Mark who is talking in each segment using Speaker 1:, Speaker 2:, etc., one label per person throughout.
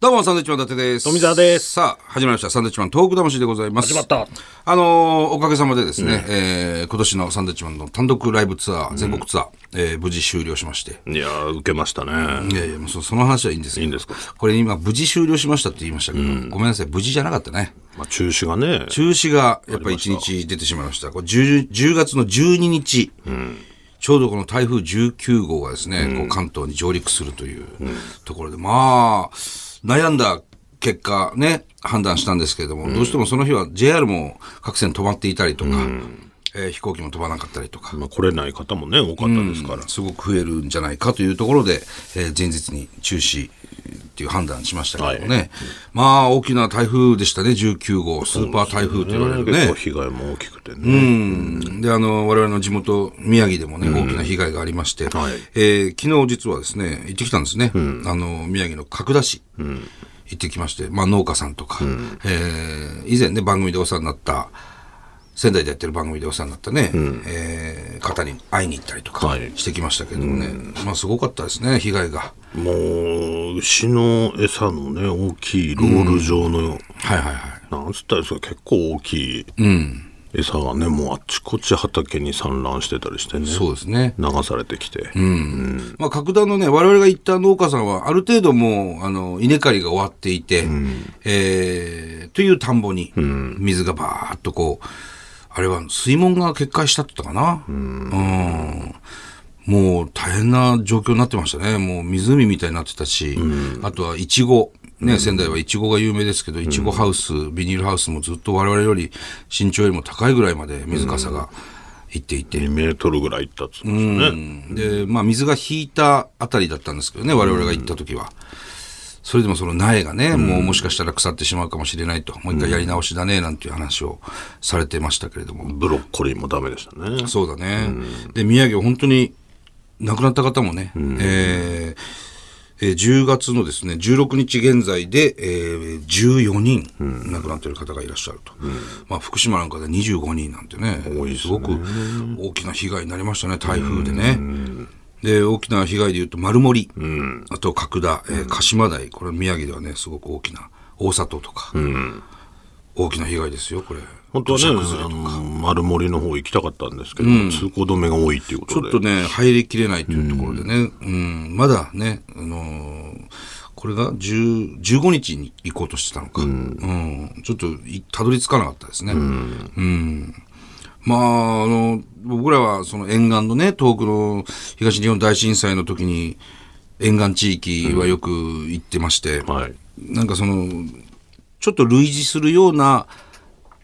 Speaker 1: どうも、サンドウィッチマン伊達です。。
Speaker 2: 富澤です
Speaker 1: さあ、始まりました。サンドウィッチマントーク魂でございます。
Speaker 2: 始まった。
Speaker 1: あのーおかげさまでですね、えー今年のサンドウィッチマンの単独ライブツアー、全国ツアー、えー無事終了しまして。
Speaker 2: いやー、受けましたね。
Speaker 1: いやいや、もうそその話はいいんですけど。
Speaker 2: いいんですか
Speaker 1: これ今、無事終了しましたって言いましたけど、ごめんなさい、無事じゃなかったね。
Speaker 2: まあ、中止がね、
Speaker 1: 中止が、やっぱり1日出てしまいました。これ 10, 10月の12日。ちょうどこの台風19号がですね、こう関東に上陸するというところで、まあ、悩んだ結果ね、判断したんですけれども、どうしてもその日は JR も各線止まっていたりとか、えー飛行機も飛ばなかったりとか、
Speaker 2: まあ、来れない方もね、多かったですから。
Speaker 1: すごく増えるんじゃないかというところで、えー前日に中止っていう判断しましたけどもね、まあ大きな台風でしたね、19号、スーパー台風と言われるね。
Speaker 2: 結構被害も大きくてね。
Speaker 1: で、あの、我々の地元、宮城でもね、大きな被害がありまして、
Speaker 2: はい
Speaker 1: えー昨日実はですね、行ってきたんですね。あの、宮城の角田市、行ってきまして、まあ農家さんとか、えー以前ね、番組でお世話になった、仙台でやってる番組でお世話になったね、えー方に会いに行ったりとか
Speaker 2: はい
Speaker 1: してきましたけどもね、まあすごかったですね、被害が。
Speaker 2: もう、牛の餌のね、大きいロール状の、
Speaker 1: はいはいはい。
Speaker 2: なんつったらいいですか、結構大きい餌がね、もうあっちこっち畑に散乱してたりしてね、
Speaker 1: そうですね。
Speaker 2: 流されてきて、
Speaker 1: まあ、格段のね、我々が行った農家さんは、ある程度もう、あの、稲刈りが終わっていて、えーという田んぼに、水がバーっとこう、あれは水門が決壊したって言ったかな。うんもう大変な状況になってましたね。もう湖みたいになってたし、あとはイチゴ。ね、仙台はイチゴが有名ですけど、イチゴハウス、ビニールハウスもずっと我々より身長よりも高いぐらいまで水かさが行っていて、
Speaker 2: 2メートルぐらい行ったっつうんですよね。
Speaker 1: で、まあ、水が引いたあたりだったんですけどね、我々が行った時は。それでもその苗がね、もうもしかしたら腐ってしまうかもしれないと、もう一回やり直しだね、なんていう話をされてましたけれども。
Speaker 2: ブロッコリーもダメでしたね。
Speaker 1: そうだね。で、宮城、本当に亡くなった方もね、えーえー10月のですね、16日現在で、えー14人亡くなっている方がいらっしゃると。まあ、福島なんかで25人なんてね、すごく大きな被害になりましたね、台風でね。で、大きな被害でいうと丸森、あと角田、えー鹿島台、これ宮城ではね、すごく大きな、大里とか、大きな被害ですよ、これ。
Speaker 2: 本当はね、あの丸森の方行きたかったんですけど、通行止めが多いっていうこ
Speaker 1: ち
Speaker 2: と
Speaker 1: ょっ
Speaker 2: で。
Speaker 1: とね、入りきれないというところでね、うん、まだね、あのーこれが10 15日に行こうとしてたのか、うんちょっといたどり着かなかったですね。うんまあ、あの、僕らはその沿岸のね、東北の東日本大震災の時に、沿岸地域はよく行ってまして、
Speaker 2: はい。
Speaker 1: なんかその、ちょっと類似するような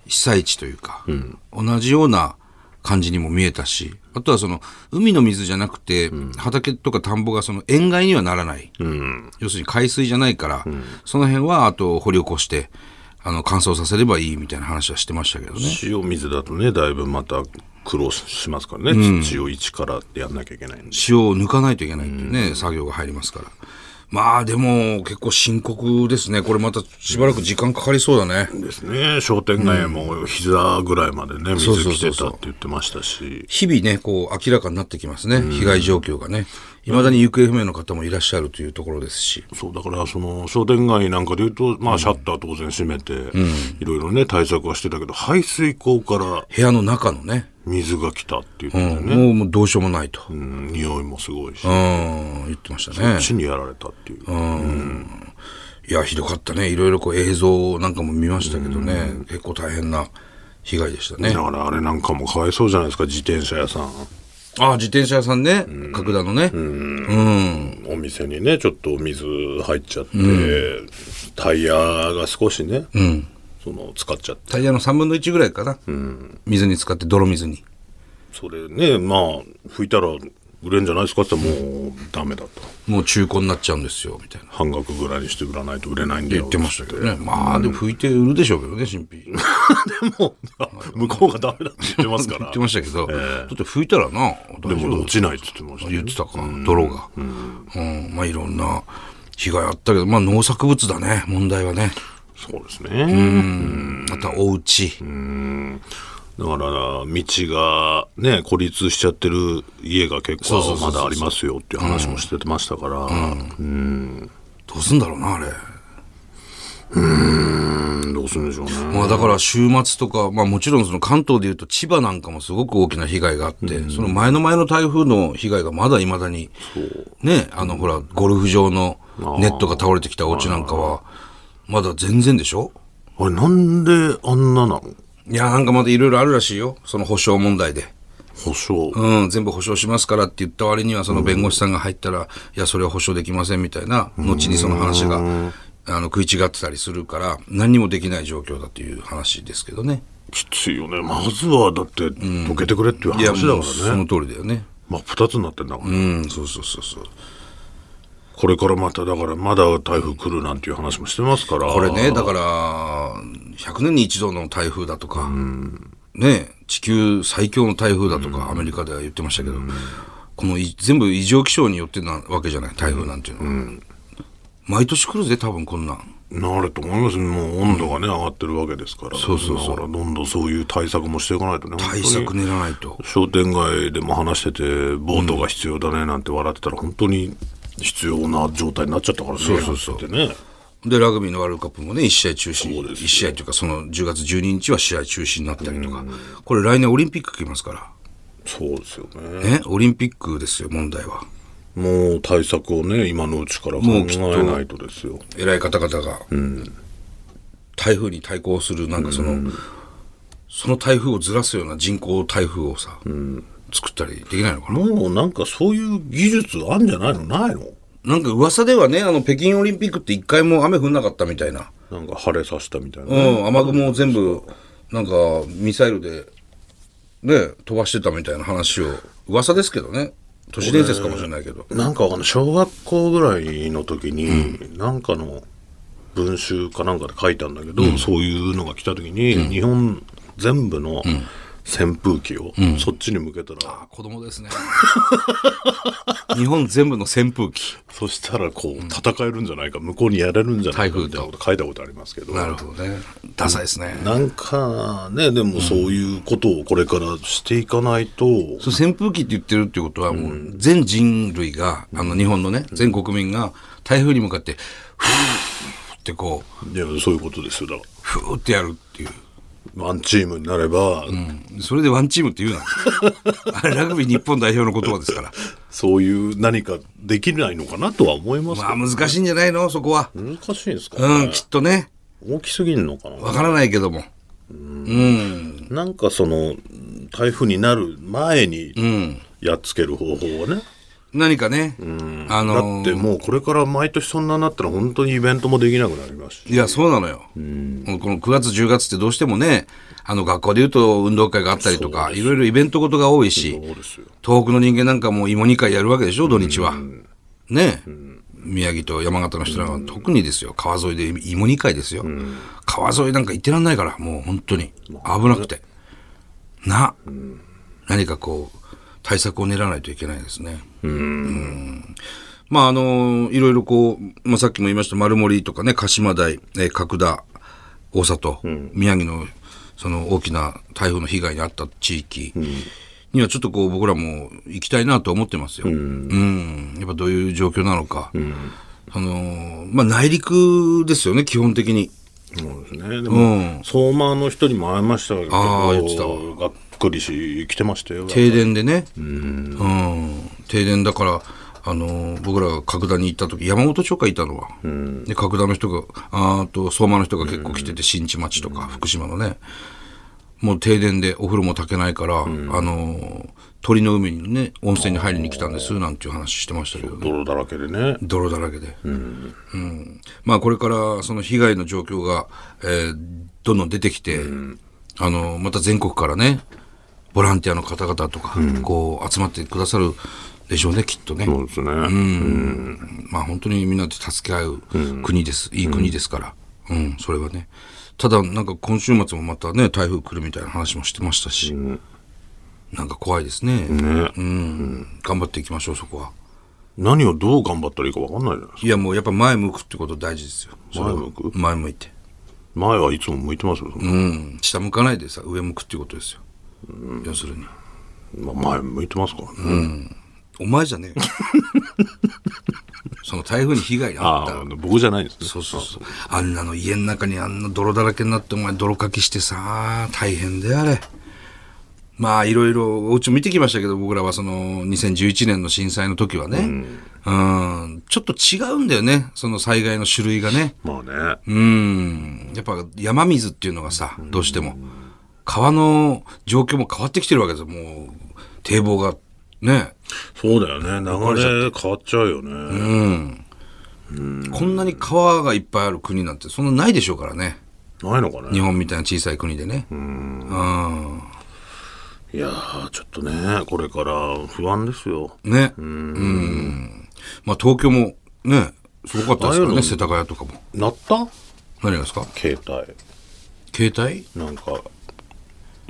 Speaker 1: 被災地というか、同じような感じにも見えたし、あとはその、海の水じゃなくて、畑とか田んぼがその、塩害にはならない。要するに海水じゃないから、その辺は、あと、掘り起こして、あの、乾燥させればいいみたいな話はしてましたけどね。
Speaker 2: 塩水だとねだいぶまた苦労しますからね、土を一からやんなきゃいけないんで
Speaker 1: 塩を抜かないといけないっていうね、作業が入りますから。まあ、でも、結構深刻ですね。これまたしばらく時間かかりそうだね。
Speaker 2: ですね商店街も膝ぐらいまでね水
Speaker 1: そう
Speaker 2: 来
Speaker 1: そう
Speaker 2: て
Speaker 1: そう
Speaker 2: たって言ってましたし
Speaker 1: 日々ね、こう明らかになってきますね、被害状況がね。いまだに行方不明の方もいらっしゃるというところですし。
Speaker 2: そうだからその商店街なんかでいうと、まあ、シャッター当然閉めて、いろいろね対策はしてたけど排水溝から
Speaker 1: 部屋の中のね、
Speaker 2: 水が来たって言ってたよね、
Speaker 1: もうもうどうしようもないと。うん、
Speaker 2: うん匂いもすごいし、
Speaker 1: 言ってましたね。
Speaker 2: 地にやられたっていう、
Speaker 1: いや、ひどかったね。いろいろこう映像なんかも見ましたけどね、結構大変な被害でしたね
Speaker 2: だ。からあれなんかもかわいそうじゃないですか自転車屋さん
Speaker 1: ああ、自転車屋さんね、角田のね。
Speaker 2: お店にねちょっとお水入っちゃって、タイヤが少しね、その使っちゃって
Speaker 1: タイヤの3分の1ぐらいかな。水に使って、泥水に。
Speaker 2: それねまあ拭いたら売れんじゃないですかって言ったらもうダメだと
Speaker 1: もう中古になっちゃうんですよ、みたいな。
Speaker 2: 半額ぐらいにして売らないと売れないんだよ
Speaker 1: 言ってましたけどね。まあ、でも拭いて売るでしょうけどね、新品。
Speaker 2: もう向こうがダメだって言ってますから
Speaker 1: 言ってましたけど、だって拭いたらな、大
Speaker 2: で
Speaker 1: 丈
Speaker 2: も
Speaker 1: 夫
Speaker 2: 落ちないって言ってました
Speaker 1: 言
Speaker 2: よ
Speaker 1: ってたか、泥が。うん、まあいろんな被害あったけど、まあ農作物だね、問題はね。
Speaker 2: そうですね、
Speaker 1: あとはお家、
Speaker 2: だから道がね孤立しちゃってる家が結構まだありますよっていう話もしてましたか
Speaker 1: ど
Speaker 2: ら、
Speaker 1: うすんだろうな、あれ。
Speaker 2: うーん、どうするんでしょうね。
Speaker 1: まあだから週末とか、まあもちろんその関東でいうと千葉なんかもすごく大きな被害があって、その前の前の台風の被害がまだ未だに、ね、あのほら、ゴルフ場のネットが倒れてきたお家なんかは、まだ全然でしょ
Speaker 2: あれ、なんであんななの
Speaker 1: いや、なんかまだいろいろあるらしいよ。その保証問題で。
Speaker 2: 保証。
Speaker 1: うん、全部保証しますからって言った割には、その弁護士さんが入ったら、いや、それは保証できませんみたいな、後にその話が、あの、食い違ってたりするから、何にもできない状況だという話ですけどね。
Speaker 2: きついよね。まずは、だって、溶けてくれっていう
Speaker 1: いや、
Speaker 2: 話だ
Speaker 1: もう
Speaker 2: か
Speaker 1: そ
Speaker 2: らね。
Speaker 1: の通りだよね。
Speaker 2: まあ、二つになってんだから、
Speaker 1: うん、そうそうそうそう。
Speaker 2: これからまた、だから、まだ台風来るなんていう話もしてますから。
Speaker 1: これね、だから、100年に一度の台風だとか、ね、地球最強の台風だとか、アメリカでは言ってましたけど、このい全部異常気象によってなわけじゃない、台風なんていうのは。毎年来るぜ、多分こんなん。
Speaker 2: なると思いますもう温度がね、上がってるわけですから。
Speaker 1: そうそうそう
Speaker 2: だから、どんどんそういう対策もしていかないとね。
Speaker 1: 対
Speaker 2: 本当
Speaker 1: 策
Speaker 2: に
Speaker 1: 練らないと。
Speaker 2: 商店街でも話してて、ボートが必要だねなんて笑ってたら、本当に必要な状態になっちゃったからね。そう
Speaker 1: そうそう
Speaker 2: ってね。
Speaker 1: で、ラグビーのワールドカップもね、1試合中
Speaker 2: そう
Speaker 1: 止、
Speaker 2: ですよ
Speaker 1: 一試合というか、その10月12日は試合中止になったりとか、これ来年オリンピック来ますか
Speaker 2: そうですよ
Speaker 1: ら、
Speaker 2: ね。
Speaker 1: ね、オリンピックですよ、問題は。
Speaker 2: もう対策をね、今のうちから考
Speaker 1: もうきっと
Speaker 2: えないとですよ。
Speaker 1: 偉い方々が、台風に対抗するなんかその、その台風をずらすような人工台風をさ、作ったりできないのかな
Speaker 2: もうなんかそういう技術あんじゃないのないの
Speaker 1: なんか噂ではねあの北京オリンピックって一回も雨降んなかったみたいな、
Speaker 2: なんか晴れさせたみたいな。
Speaker 1: うん、雨雲を全部なんかミサイルでね飛ばしてたみたいな話を噂ですけどね都市伝説かもしれないけど、
Speaker 2: なんかわかんない小学校ぐらいの時に、なんかの文集かなんかで書いたんだけど、そういうのが来た時に、日本全部の扇風機をそっちに向けたら、
Speaker 1: あ子供ですね 日本全部の扇風機
Speaker 2: そしたらこう戦えるんじゃないか、向こうにやれるんじゃないか
Speaker 1: 台風と
Speaker 2: みたいなこと書いたことありますけど。
Speaker 1: なるほどねダサいですね
Speaker 2: なんかね、でもそういうことをこれからしていかないと、
Speaker 1: その扇風機って言ってるってことは、もう全人類が、あの日本のね、全国民が台風に向かって、ふーってこう、
Speaker 2: いやそういうことですよ。だか
Speaker 1: ふーってやるっていう。
Speaker 2: ら、ワンチームになれば、
Speaker 1: それでワンチームって言うな。 あれ、ラグビー日本代表の言葉ですから。
Speaker 2: そういう何かできないのかなとは思いますけ
Speaker 1: ま
Speaker 2: ど
Speaker 1: あ、難しいんじゃないのそこは。
Speaker 2: 難しいんですか
Speaker 1: うん、
Speaker 2: ね、
Speaker 1: きっとね。
Speaker 2: 大きすぎるのかな
Speaker 1: わからないけども。うん。
Speaker 2: なんかその台風になる前に
Speaker 1: うん。
Speaker 2: やっつける方法はね、
Speaker 1: 何かね、あ
Speaker 2: だ
Speaker 1: の
Speaker 2: ってもうこれから毎年そんなになったら本当にイベントもできなくなりますし
Speaker 1: いや、そうなのよ。この9月、10月ってどうしてもね、あの、学校で言うと運動会があったりとか、いろいろイベントごとが多いし
Speaker 2: そ、うですよ
Speaker 1: 東北の人間なんかもう芋煮会やるわけでしょ、土日は。ねえ宮城と山形の人らは特にですよ、川沿いで芋煮会ですよ。川沿いなんか行ってらんないから、もう本当に危なくて。な、何かこう、対策を練らないといけないですね。うんまああの、いろいろこう、まあ、さっきも言いました丸森とかね、鹿島台、えー角田、大里、宮城のその大きな台風の被害に遭った地域にはちょっとこう僕らも行きたいなと思ってますよ。うんやっぱどういう状況なのか。あの、まあ内陸ですよね、基本的に。
Speaker 2: そうですねで
Speaker 1: う
Speaker 2: も、
Speaker 1: ん
Speaker 2: 相馬の人にも会いましたけど
Speaker 1: あー言ってたわ
Speaker 2: がっくりし来てましたよ
Speaker 1: 停電でね。うん停電だから、あのー僕らが角田に行った時、山本町からいたのは。で、角田の人が、あーあと相馬の人が結構来てて、新地町とか福島のね。もう停電でお風呂も炊けないから、あのー鳥の海にね、温泉に入りに来たんです、なんていう話してましたけどね。
Speaker 2: 泥だらけでね
Speaker 1: 泥だらけで、うんまあ、これからその被害の状況が、えーどんどん出てきて、あのまた全国からねボランティアの方々とか、こう集まってくださるでしょうねきっとね、
Speaker 2: そうですね、
Speaker 1: まあ、本当にみんなで助け合う国です、いい国ですから、うんそれはねただなんか今週末もまたね台風来るみたいな話もしてましたし、なんか怖いですね、
Speaker 2: ね
Speaker 1: うん、頑張っていきましょうそこは
Speaker 2: 何をどう頑張ったらいいか分かんないじゃないですか
Speaker 1: いやもうやっぱ前向くってこと大事ですよそれは
Speaker 2: 前向く
Speaker 1: 前向いて
Speaker 2: 前はいつも向いてますよ、そんな
Speaker 1: うん、下向かないでさ上向くっていうことですよ、要するに
Speaker 2: まあ前向いてますからね、
Speaker 1: お前じゃねえよ その台風に被害があった
Speaker 2: ああ、僕じゃないですね。
Speaker 1: そうそうそう。あんなの家の中にあんな泥だらけになって、お前泥かきしてさ、大変だよ、あれ。まあ、いろいろ、お家見てきましたけど、僕らはその、2011年の震災の時はね、うん、ちょっと違うんだよね、その災害の種類がね。
Speaker 2: まあね。
Speaker 1: うん、やっぱ山水っていうのがさ、どうしても、川の状況も変わってきてるわけですよ、もう、堤防が、ね、
Speaker 2: そうだよね。流れ変わっちゃうよね。
Speaker 1: こんなに川がいっぱいある国なんて、そんなないでしょうからね。
Speaker 2: ないのかね
Speaker 1: 日。本みたいな小さい国でね。うん。
Speaker 2: いやー、ちょっとね、これから不安ですよ。
Speaker 1: ね。うん。まあ東京もね、すごかったですか
Speaker 2: ああいう
Speaker 1: ら
Speaker 2: の
Speaker 1: ね、世田谷とかも。
Speaker 2: 鳴った
Speaker 1: 何がですか
Speaker 2: 携帯。
Speaker 1: 携帯
Speaker 2: なんか、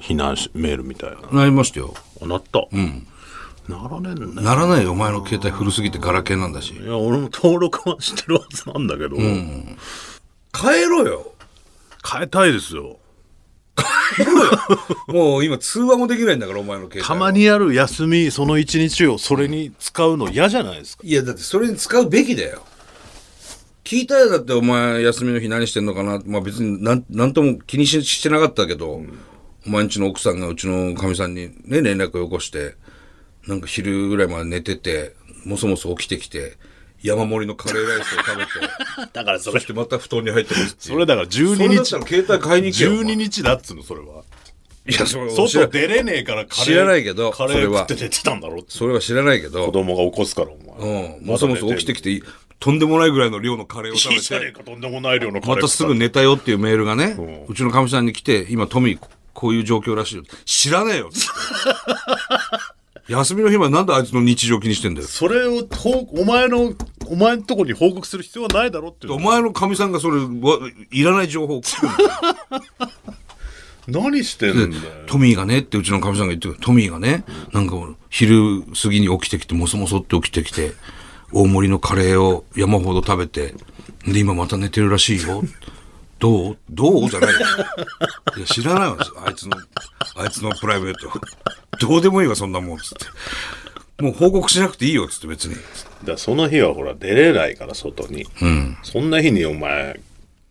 Speaker 2: 避難しメールみたいな。
Speaker 1: なりましたよ。
Speaker 2: あ鳴った。うん。ならねんね。
Speaker 1: ならないよ、お前の携帯古すぎてガラケーなんだし。
Speaker 2: いや、俺も登録はしてるはずなんだけど、
Speaker 1: 変えろよ
Speaker 2: 変えたいですよ。
Speaker 1: もう今通話もできないんだから、お前の携帯。
Speaker 2: たま。にある休み、その一日をそれに使うの嫌じゃないですか。
Speaker 1: いや、だってそれに使うべきだよ。聞いたよ、だってお前休みの日何してんのかなまあ別になん、なんとも気にししてなかったけど、お前んちの奥さんがうちのかみさんにね、連絡をよこして、なんか昼ぐらいまで寝てて、もそもそ起きてきて、山盛りのカレーライスを食べ て、
Speaker 2: だからそ
Speaker 1: そし。てまた布団に入ってますってい
Speaker 2: そうれだから12
Speaker 1: それだっ
Speaker 2: 日
Speaker 1: た。ら携帯買いに行けよ。お
Speaker 2: 12
Speaker 1: 前
Speaker 2: 日だっつうの、それは。
Speaker 1: いや、それは知
Speaker 2: 外
Speaker 1: ら
Speaker 2: 出れねえからカレー。
Speaker 1: 知らないけど
Speaker 2: カレ
Speaker 1: それ
Speaker 2: ー
Speaker 1: は
Speaker 2: 食って寝てたんだろって。
Speaker 1: それは知らないけ
Speaker 2: 子
Speaker 1: ど、
Speaker 2: 供が起こすから、お前。
Speaker 1: うん、もそもそ起きてきて、とんでもないぐらいの量のカレーを食べ
Speaker 2: いいじゃねえ
Speaker 1: て、
Speaker 2: か、とんでもない量のカレー。
Speaker 1: またすぐ寝たよっていうメールがね、
Speaker 2: ん
Speaker 1: うちのかみさんに来て、今、トミー、こういう状況らしいよ。知らねえよっつって。休みの日までなんであいつの日常気にしてんだよ。
Speaker 2: それを報お前の、お前のとこに報告する必要はないだろっていう
Speaker 1: お前のかみさんがそれ、わいらない情報を聞くんだよ
Speaker 2: 何してんだよ。
Speaker 1: トミーがねってうちのかみさんが言ってくる。トミーがね、なんか昼過ぎに起きてきて、もそもそって起きてきて、大盛りのカレーを山ほど食べて、で、今また寝てるらしいよ。どうどうじゃないよ。いや、知らないわ、あいつの、あいつのプライベート。どうでもいいわ、そんなもん、つって。もう報告しなくていいよ、つって別に。
Speaker 2: だからその日はほら出れないから外に、そんな日にお前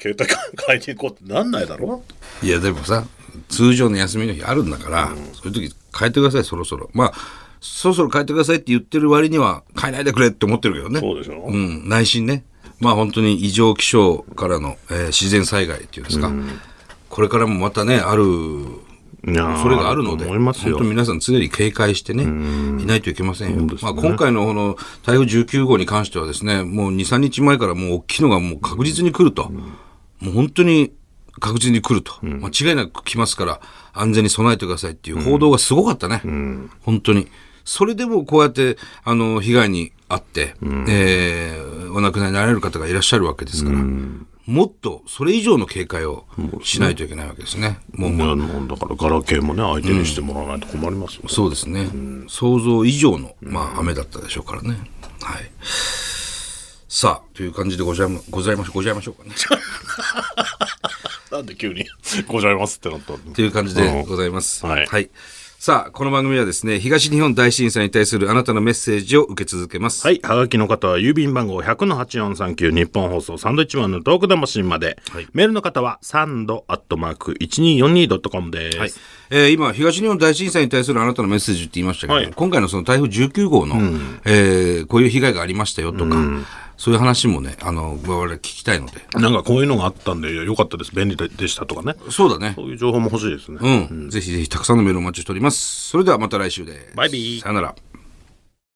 Speaker 2: 携帯買いに行こうってなんないだろ
Speaker 1: いや、でもさ、通常の休みの日あるんだから、そういう時変えてください、そろそろ。まあ、そろそろ変えてくださいって言ってる割には、変えないでくれって思ってるけどね。
Speaker 2: そうでしょ
Speaker 1: うん、内心ね。まあ本当に異常気象からの、えー自然災害っていうんですか、これからもまたね、ある、
Speaker 2: いやー
Speaker 1: それがあるので、
Speaker 2: あると思いますよ
Speaker 1: 本当皆さん常に警戒してね、いないといけませんよ。まあ今回のこの台風19号に関してはですね、もう2、3日前からもう大きいのがもう確実に来ると。もう本当に確実に来ると。間違いなく来ますから、安全に備えてくださいっていう報道がすごかったね。本当に。それでもこうやって、あの、被害に遭って、えーお亡くなりになられる方がいらっしゃるわけですから、もっとそれ以上の警戒をしないといけないわけですね。もう
Speaker 2: いやもうだからガラケーもね相手にしてもらわないと困りますよ、
Speaker 1: そうですね、想像以上の、まあ、雨だったでしょうからね。はい、さあという感じでございまございましょうございましょうかね。
Speaker 2: なんで急に「ございます」ってなったん
Speaker 1: と
Speaker 2: だ
Speaker 1: いう感じでございます。
Speaker 2: うんはい
Speaker 1: さあこの番組はですね東日本大震災に対するあなたのメッセージを受け続けます。
Speaker 2: はいはがきの方は郵便番号100-8439日本放送サンドイッチマンのトーク魂まで、メールの方はサンドアットマーク 1242.com です、
Speaker 1: はいえー今、東日本大震災に対するあなたのメッセージって言いましたけど、
Speaker 2: はい
Speaker 1: 今回のその台風19号の、えーこういう被害がありましたよとか、そういう話もね、あの、我々聞きたいので。
Speaker 2: なんかこういうのがあったんでよかったです便利ででしたとかね
Speaker 1: そうだね。
Speaker 2: そういう情報も欲しいですね、
Speaker 1: うん。ぜひぜひたくさんのメールお待ちしております。それではまた来週です。
Speaker 2: バイビー
Speaker 1: さよなら。